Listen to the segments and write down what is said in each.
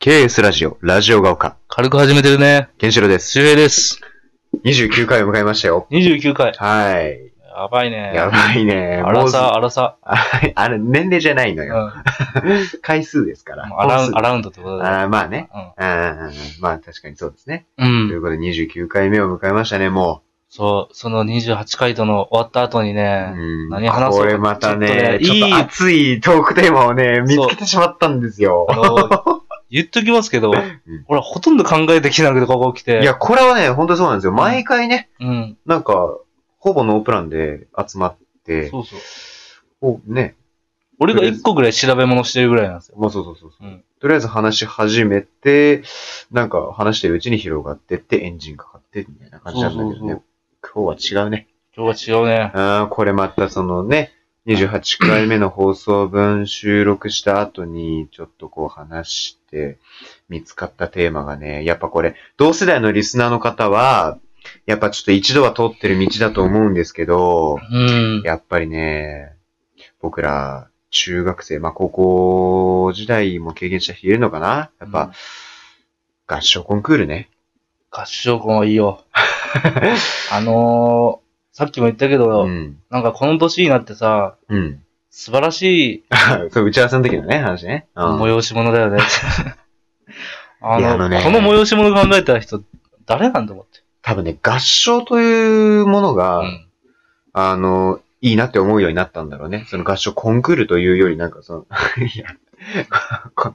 KS ラジオ、ラジオが丘、軽く始めてるね。ケンシロウです。周平です。 29回を迎えましたよ。 29回。はい。やばいね。やばいね。あもらうさ、あらさ。あ あれ、年齢じゃないのうん。よ。もう回数ですから。アラウ本ン数アラウンドってことだあーまあね。ね。あーまあ確かにそうですね。うん。。といううんことで29回目を迎えましたね、もそう、その28回との終わった後にう。ね、うん何話そうこれまたね、ちちょっとねょっいいと熱いトークテーマをね、見つけてしまったんですよあ。の、言っときますけど、俺はほとんど考えてきてなくて、ここ来て。いや、、これはね、本当そうなんですよ。毎回ね、うん。なんか、ほぼノープランで集まって、そうそう。こうね、俺が1個ぐらい調べ物してるぐらいなんですよ。まあそうそうそうそう、うんとりあえず話し始めて、なんか話してるうちに広がってって、エンジンかかって、みたいな感じなんだけどね。そうそう今日は違うね。今日は違うね。あーこれまたそのね、28回目の放送分収録した後に、ちょっとこう話して、見つかったテーマがね、やっぱこれ、同世代のリスナーの方は、やっぱちょっと一度は通ってる道だと思うんですけど、うん。やっぱりね、僕ら、中学生、まあ、高校時代も経験した人いるのかなやっぱ、合唱コンクールね。合唱コンはい いよ。あのー、さっきも言ったけど、うん。なんかこの年になってさ、うん。 素晴らしいそう、打ち合わせの時のね、話ね。うん。催し物 だよね。あいやのあのねこの催し物考えた人、誰なんだ思って。多分ね、合唱というものが、うんあの、いいなって思うようになったんだろうね。その合唱コンクールというより、なんかその、 いや、こ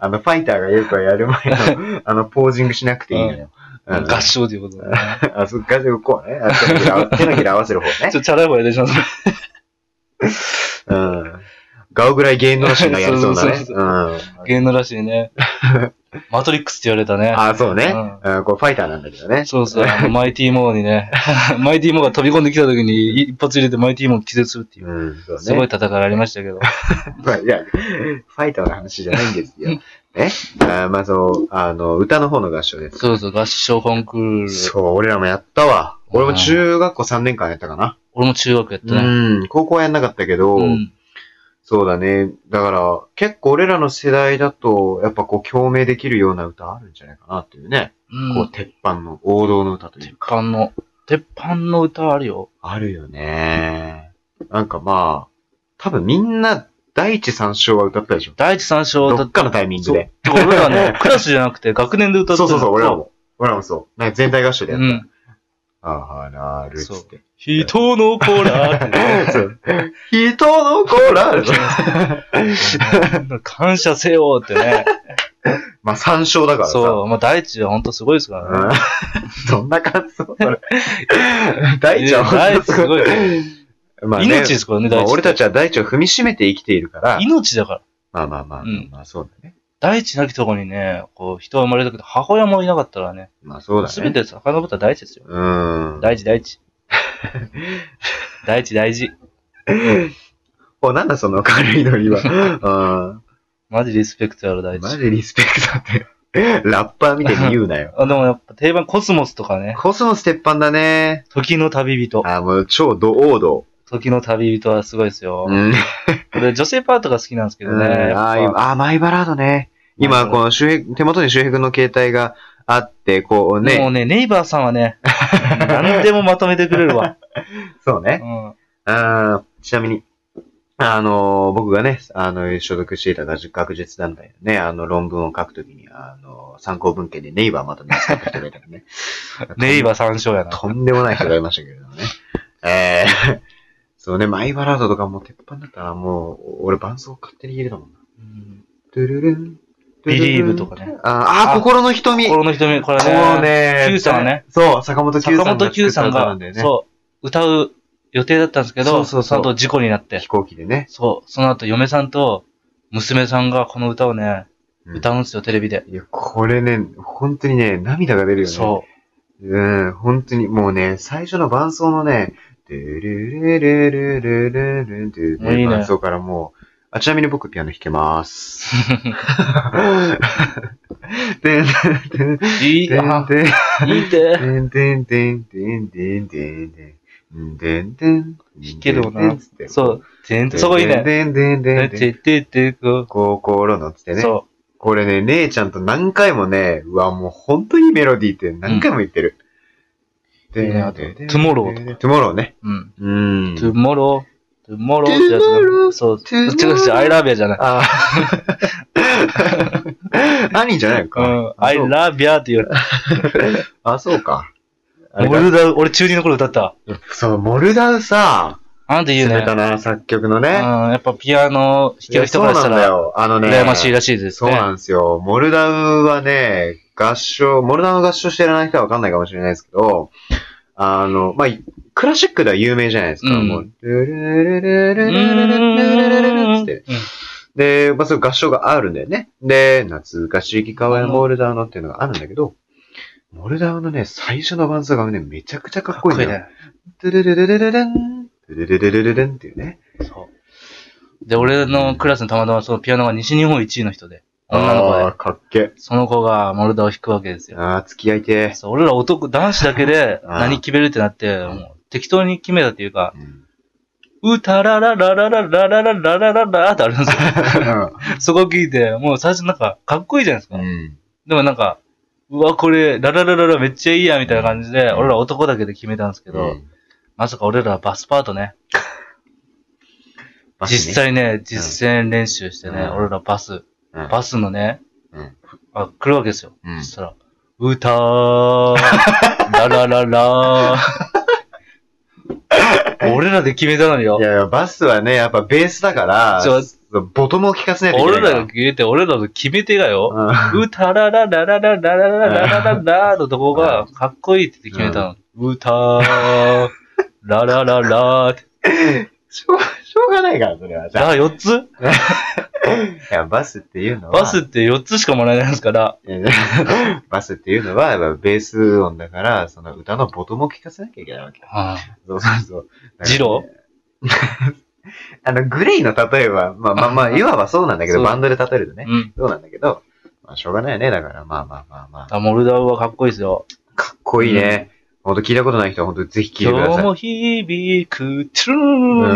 あの、ファイターがよくやる前の、 あの、ポージングしなくていいのよ。うん合唱ということで、ね。あ、そう、ガジェこうね。あ手のひら手のひら合わせる方ね ちょっとチャラい方やでしょ。うんガオぐらい芸能人がやりそうだね そう。そううん。芸能らしい ね。マトリックスって言われたね。あ、そうねう。うん、これファイターなんだけどね。そうそう、あのマイティーモーにね。 マイティーモーが飛び込んできた時に一発入れてマイティーモーを気絶するっていう。うん、そうね。すごい戦いありましたけど。まあ、いや、ファイターの話じゃないんですよ。ね。あまあ、そう、あの、歌の方の合唱です。そうそう、合唱コンクール。そう、俺らもやったわ。俺も中学校3年間やったかな。俺も中学やったね。うん、高校はやんなかったけど、うん。そうだね。だから、結構俺らの世代だと、やっぱこう、共鳴できるような歌あるんじゃないかなっていうね。うんこう、鉄板の王道の歌とい鉄うか。板の、鉄板の歌あるよ。あるよね。なんかまあ、多分みんな第一三章は歌ったでしょ。第一三章どだっかのタイミングで。そう。俺 らね、クラスじゃなくて学年で歌そうってそたうそのう、俺ら。も。俺らもそう。なんか全体合唱でうやった。ん。ああ、なるっつって。人の子らってねそう人の子らでしょ 感謝せよってね。まあ三章だからさ。そう。まあ、第一は本当すごいですからね。うん どんな感想そ れ。大地は本当第一すごいよ。まあね命ですからね、まあ第一。俺たちは大地を踏みしめて生きているから。命だから。まあまあまあ、うんまあそうだね。第一なきとこにね、こう、人は生まれたけど、母親もいなかったらね、まあそうだね。すべて遡ったら第一ですよ。うん。第一、第 一。第一、大事。お、なんだその軽いノリ は。マジリスペクトあるう第ん。一。マジリスペクトって。ラッパーみたいに言うな よ。あでもやっぱ定番、コスモスとかね、コスモス鉄板だね。時の旅人。あ、もう超ド王道。時の旅人はすごいですよ。うん。俺、女性パートが好きなんですけどね。うんあーやっぱ今あー、マイバラードね。今、この周平、手元に周平君の携帯があって、こうもうね。ね、ネイバーさんはね、何でもまとめてくれるわ。そううね。ん。。あーちなみに、あのー僕がね、あの、所属していた学術団体のね、あの、論文を書くときに、あの、参考文献でネイバーまとめて使った人がいたの ねネイバー参照やな。とんでもない人がいましたけれどもね。 えー、 そうね、マイバラードとかもう鉄板だったら、もう、俺伴奏勝手に入れたもんな。うんトゥルルン。ビリーブとかね。あーあー、あ心の瞳。心の瞳、これもうね、ね、 Q さんはね。そう、坂本九さん坂が本九さ作んった歌ながんだよ、ね。そう、歌う予定だったんですけそど、うそうそうその後事故になって飛、行機でね。そう、その後嫁さんと娘さんがこの歌をね、うん歌うんですよ、テレビで。いや、これね、本当にね、涙が出るよね。。そううん、本当に、もうね、最初の伴奏のね、ドゥルルルルルルルンっていう、もういね、いね伴奏からもう、あ、ちなみに僕ピアノ弾けます。でんでんでんう。いい、でんあ、でんいいって。でんでんでんでんでんでんでんでんでん弾けるよなつってそう、全然、そこいいね。でんでんでんでんでんてててこ心のつってね。そう。これね、姉ちゃんと何回もね、うわ、もう本当にいいメロディーって何回も言ってる。んいいねあと Tomorrow ととか。トゥモローね。うん。うん。 tomorrow, tomorrow じゃな Tomorrow くそう。違う tomorrow 違う、I love you じゃない。ああ。兄じゃないのうか。ん。I love you って言う。あ、そうか。あれモだルダウ、俺中二の頃歌った。そう、モルダウさ、あんた言う攻ね。めたな、作曲のうん。ね。やっぱピアノ弾ける人からしたいやら、そうなんだよあのね。羨ましいらしいですそうね。なんですよ。モルダウはね、合唱、モルダウの合唱してらない人はわかんないかもしれないですけど、あの、まあ、クラシックでは有名じゃないですか。うんもう、ルルルルルルルルルルルルつって。で、まあ、そういう合唱があるんだよね。で、懐かしい川やモルダウのっていうのがあるんだけど、モルダウのね、最初の伴奏がね、めちゃくちゃかっこいいんだよ。ね。ルルルルルルルン、ルルルルルルンっていうね。そう。で、俺のクラスのたまたまそのピアノが西日本1位の人で、女の子あでー、、かっけ。その子がモルダを弾くわけですよ。ああ、付き合いて。そう俺ら男、男子だけで ああ何決めるってなって、んもう適当に決めたっていうか、うんうたららららららららららららってあるんですよ。そこ聞いて、もう最初なんかかっこいいじゃないですうか。んでもなんか、うわ、これ、ラララララめっちゃいいや、みたいな感じで、うん俺ら男だけで決めたんですけど、うんまさか俺らバスパートね、実際ね、実践練習してうね、ん俺らバス、うんバスのね、うんあ、来るわけですよ。うんそしたら、歌ー、ララララー。俺らで決めたのによい。やいや、バスはね、やっぱベースだから、そうそうボトムを聞かせないといけな俺いかららが決めて、俺らの決め手がよ、うん歌らららららららららららのとこがかっこいいって決めたの。歌ー、ララララーって。しょう、しょうがないから、それは。じゃあラ4ついや、バスっていうのは、バスって4つしかもらえないんですから、いやいや バスっていうのは、やっぱベース音だから、その歌のボトムを聞かせなきゃいけないわけ。そうそうそう。ジローあの、グレイの例えば、まあまあまあ、いわばそうなんだけそど、うバンドで例えるとね。うん。そうなんだけど、まあ、しょうがないよね。だから、まあまあまあまあ。あモルダウはかっこいいですよ。かっこいいね。ほんと聞いたことない人は、ほんとぜひ聞いてく今だ日さい。も響く、トゥル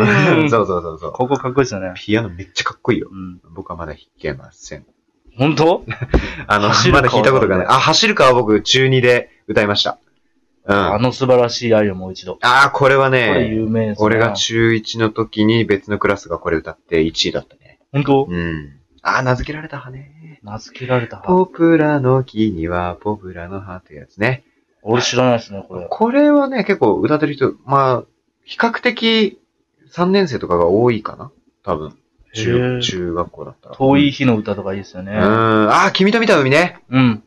ーうん ン。そうそうそうそう。ここかっこいいですよね。ピアノめっちゃかっこいいよ。うん。僕はまだ弾けません。本当あの、走るま川だ弾いたことがない。あ、走るかは僕中2で歌いました。うん。ああの素晴らしい愛をもう一度。あー、これはこれね、有名ですね。俺が中1の時に別のクラスがこれ歌って1位だったね。本当うん。あー、名付けられた羽ね。名付けられた。ポプラの木にはポプラの葉ってやつね。俺知らないですね、これ。これはね、結構歌ってる人、まあ、比較的3年生とかが多いかな多分。へ中、ー中学校だったら。遠い日の歌とかいいですようねん。。あー、君と見た海ね。うん。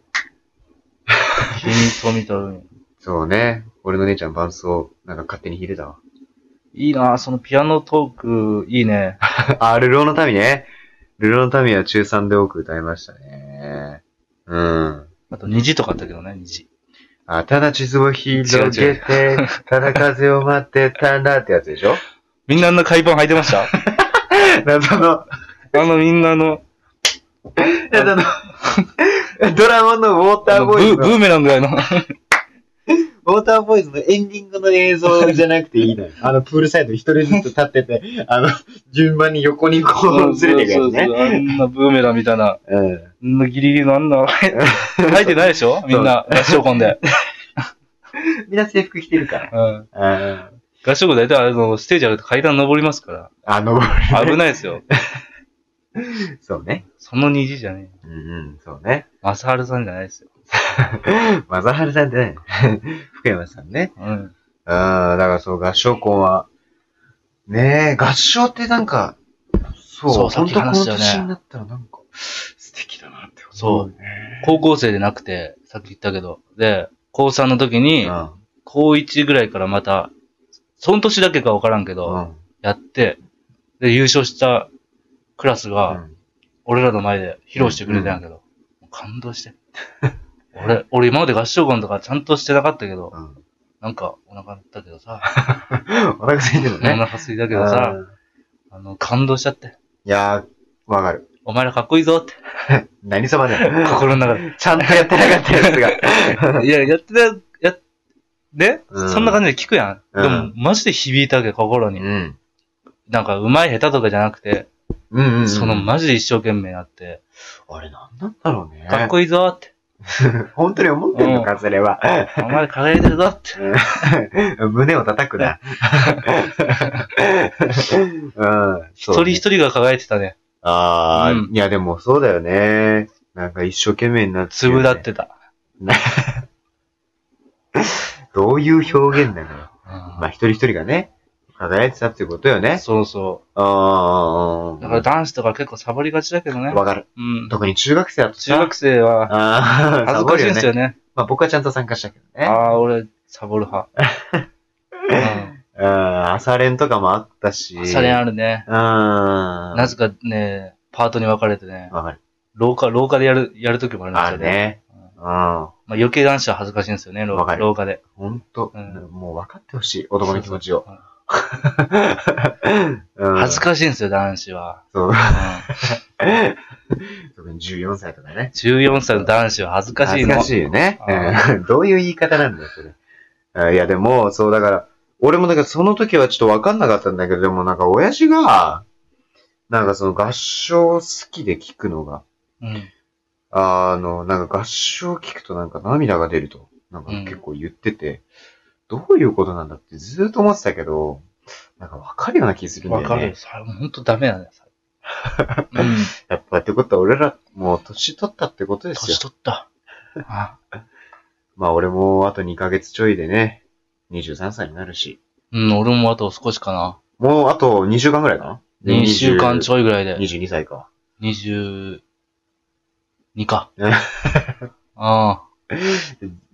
君と見た海。そうね。俺の姉ちゃん伴奏、なんか勝手に弾いてたわ。 いいなぁそのピアノトーク、いいね。 あ、ルローの民ね。ルローの民は中3で多く歌いましたね。うん。あと虹とかあったけどね、虹。あ、ただ地図を広げて、ただ風を待ってたんだってやつでしょみんなあんな海パン履いてました 謎の、あのみんなあの、謎の、 ドラゴンのウォーターボーイブズの、ブウーメランぐらいの。ォーターボーイズのエンディングの映像じゃなくていいのよ。 あの、プールサイド一人ずつ立ってて、 あの、順番に横にこう、ずれていくやつそうね。そうそうあんなブーメランみたいな。うん。あんなギリギリのあ んな、履いてないでしょみんな、合唱コンで。みんな制服着てるから。うん。うん。合唱コン大体あの、ステージあると階段登りますかあ、登る。ら。危ないですよ。そうね。その虹じゃねえ。うんうん、そうね。 マサハルさんじゃないですよ。マザハルさんってね、 福山さんね。うん。ああ、だからそう、合唱コンは、ねえ、合唱ってなんか、そう、そうさっ本き当この話したよね年になったらなんか、素敵だなってそ思うう、ね。高校生でなくて、さっき言ったけど。で、高3の時に、高1ぐらいからまた、その年だけかわからんけうど、ん。うん。やって、で、優勝したクラスが、俺らの前で披露してくれたんやけど、もう感動して。 俺、俺今まで合唱コンとかちゃんとしてなかったけど、うん。なんかお腹減ったけどさ、お腹空いてるおね。腹空いたけどさ、うんあの、感動しちゃって、いやー、わかる。お前らかっこいいぞって、何様だ よ。心の中 で。ちゃんとやってなかったやつ が。いや、やってた、や、ね、うんそんな感じで聞くやん。うんでも、マジで響いたわけ、心うに。ん。なんか、上手い下手とかじゃなくて、うんうんうん。そのマジで一生懸命やって、あれなんなんだろうね。かっこいいぞって、本当に思ってんのか、それは。お前輝いてるぞって。 胸を叩くな。うん、一そう人ね一人が輝いてたね。ああ、うんいやでもそうだよね。なんか一生懸命になって、粒ぶだっ。てた。どういう表現なのよ。まあ一人一人がね、輝いてたってことよね。そうそああ、う。だから男子とか結構サボりがちだけどね。わかる。うん。特に中学生だと中学生はああ、恥ずかしいんですよね。ね。まあ僕はちゃんと参加したけどね。ああ、俺、サボる派。うんうん、朝練とかもあったし。朝練あるね。うん。なぜかね、パートに分かれてね、わかる。廊下、廊下でやる、やるときもあるんですあよるね。ね。うん。まあ、余計男子は恥ずかしいんですよね、廊わかる廊下で。ほんと、うんもう分かってほしい。男の気持ちを。そうそう。ううんん恥ずかしいんですよ、男子は。そう。うん 特に14歳とかね。 14歳の男子は恥ずかしい恥ずの。かしいよね。あうん どういう言い方なんだよ、それあ。いや、でも、そう、だから、俺もだからその時はちょっとわかんなかったんだけど、でもなんか親父が、なんかその合唱好きで聞くのが、うんあの、なんか合唱聞くとなんか涙が出ると、なんか結構言ってて、どういうことなんだってずっと思ってたけど、なんかわかるような気するんだわよかねる。。それほんとダメだ ね。それうん。やっぱってことは俺らもう年取ったってことですよ年。取った。あまあ俺もあと2ヶ月ちょいでね、23歳になるし。うん、俺もあと少しかな。もうあと2週間ぐらいかな2週間ちょょいぐらいで。 22歳か。 22か。 ああ。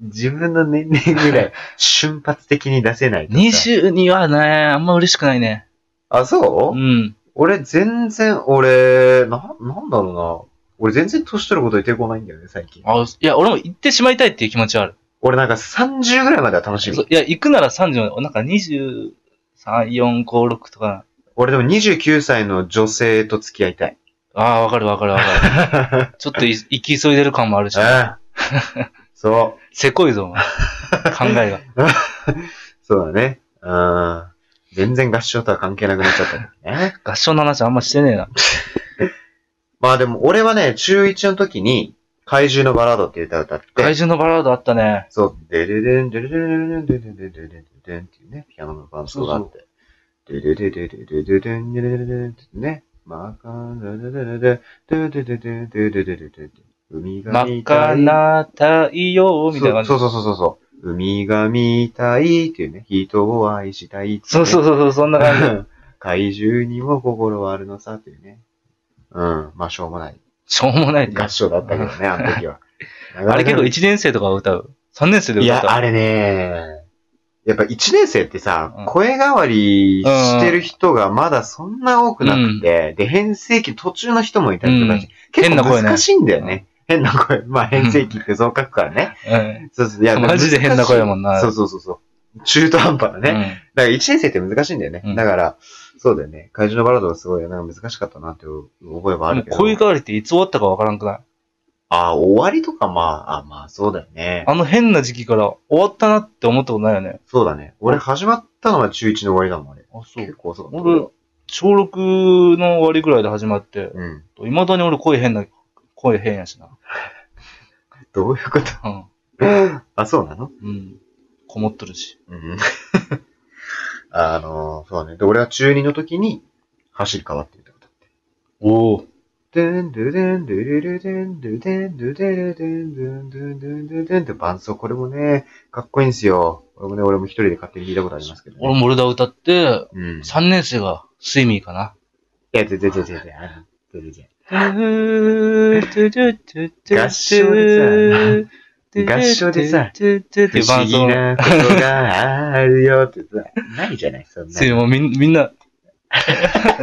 自分の年齢ぐら い瞬発的に出せないとさ。 22はね、あんま嬉しくないね。あ、そうう、ん。俺全然、俺、な、なんだろうな。俺全然年取ることに抵抗ないんだよね、最近。あいや、俺も行ってしまいたいっていう気持ちはある。俺なんか30ぐらいまでは楽しそみう。いや、行くなら30まで、なんか23、4、5、6とか。俺でも29歳の女性と付き合いたい。ああ、わかるわかるわかる。 ちょっとい行き急いでる感もあるし、ああ そう。せこいぞ、お前考え が。そうだね。うん。全然合唱とは関係なくなっちゃったからね。合唱の話あんましてねえな。まあでも、俺はね、中1の時に、怪獣のバラードっていう歌を歌って、怪獣のバラードあったね。そう、デレデン、デレデン、デレデン、デレデン、デレデン、デレデンっていうね、ピアノの伴奏があって、デレデレデレデレデン、デレデレデレってね、マカナデレデレデ、デレデレデレデレデレデレ、海が真っ見た赤い。な太陽みたいな感じ。そうそうそうそうそう。海が見たいっていうね、人を愛したいっていねそうそうそうそう、そんな感じ。怪獣にも心はあるのさっていうね。うん。まあ、しょうもない。しょうもないね。合唱だったけどね、あの時は。あれ結構1年生とか歌う ?3 年生でい歌うや、あれね。やっぱ1年生ってさ、うん声変わりしてる人がまだそんな多くなくて、で、変声期途中の人もいたりとかして、変結な構声ね難しいんだよね。変な声。まあ、変声期ってそう書くからね。うんそうそう。いや、マジで変な声やもんなそうそうそうそう。中途半端なね。だから一年生って難しいんだよね。うんだから、そうだよね。怪獣のバラードはすごい、なんか難しかったなっていう覚えはあうん。るもうけど。声変わりっていつ終わったかわからんくないああ、終わりとかまあ、あまあそうだよね。あの変な時期から終わったなって思ったことないよね。そうだね。俺始まったのは中1の終わりだもん、あれ。あ、そ結。構遅かった。俺、小6の終わりぐらいで始まって、うん。いまだに俺声変な、声変やしな。どういう ことうん。あ、そうなのうん。こもっとるし。うん。 あの、そうだね。で、俺は中2の時に、走る川って歌った。おお。ドゥンドゥドゥンドゥルルドゥンドゥドゥンドゥドゥルドゥンドゥンドゥンドゥンドゥンドゥンって伴奏、これもね、かっこいいんすよ。これもね、俺も一人で勝手に弾いたことありますけど、ね。俺もルダ歌って、うん。 3年生がスイミーかな。いや、全然全然全然。あの全然全合合唱で合唱でさって然。いう不思伴議奏。なことがあるよってさ、ないじゃない、そんついもうみんみんな、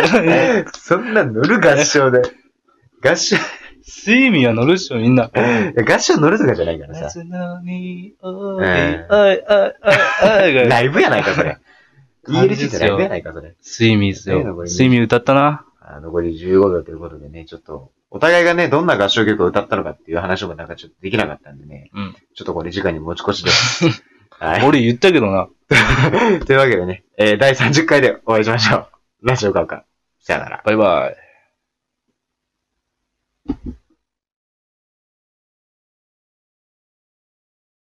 な。そんな乗る合唱で。合唱、いスイミーは乗るっしょ、みんな。や合唱乗るとかじゃないからさ。夏のにおい、えーあい、あい、あい、あいがライブやないか、それ。ELC 感じでっすてよライブやないか、それ。スイミーですええなこよ。れスイミー歌ったな。あ残り15秒ということでね、ちょっと、お互いがね、どんな合唱曲を歌ったのかっていう話もなんかちょっとできなかったんでね、うん。ちょっとこれ次回に持ち越しです。はい。 俺言ったけどな。というわけでね、えー第30回でお会いしましょう。ラジオ買うか。さよなら。バイバイ。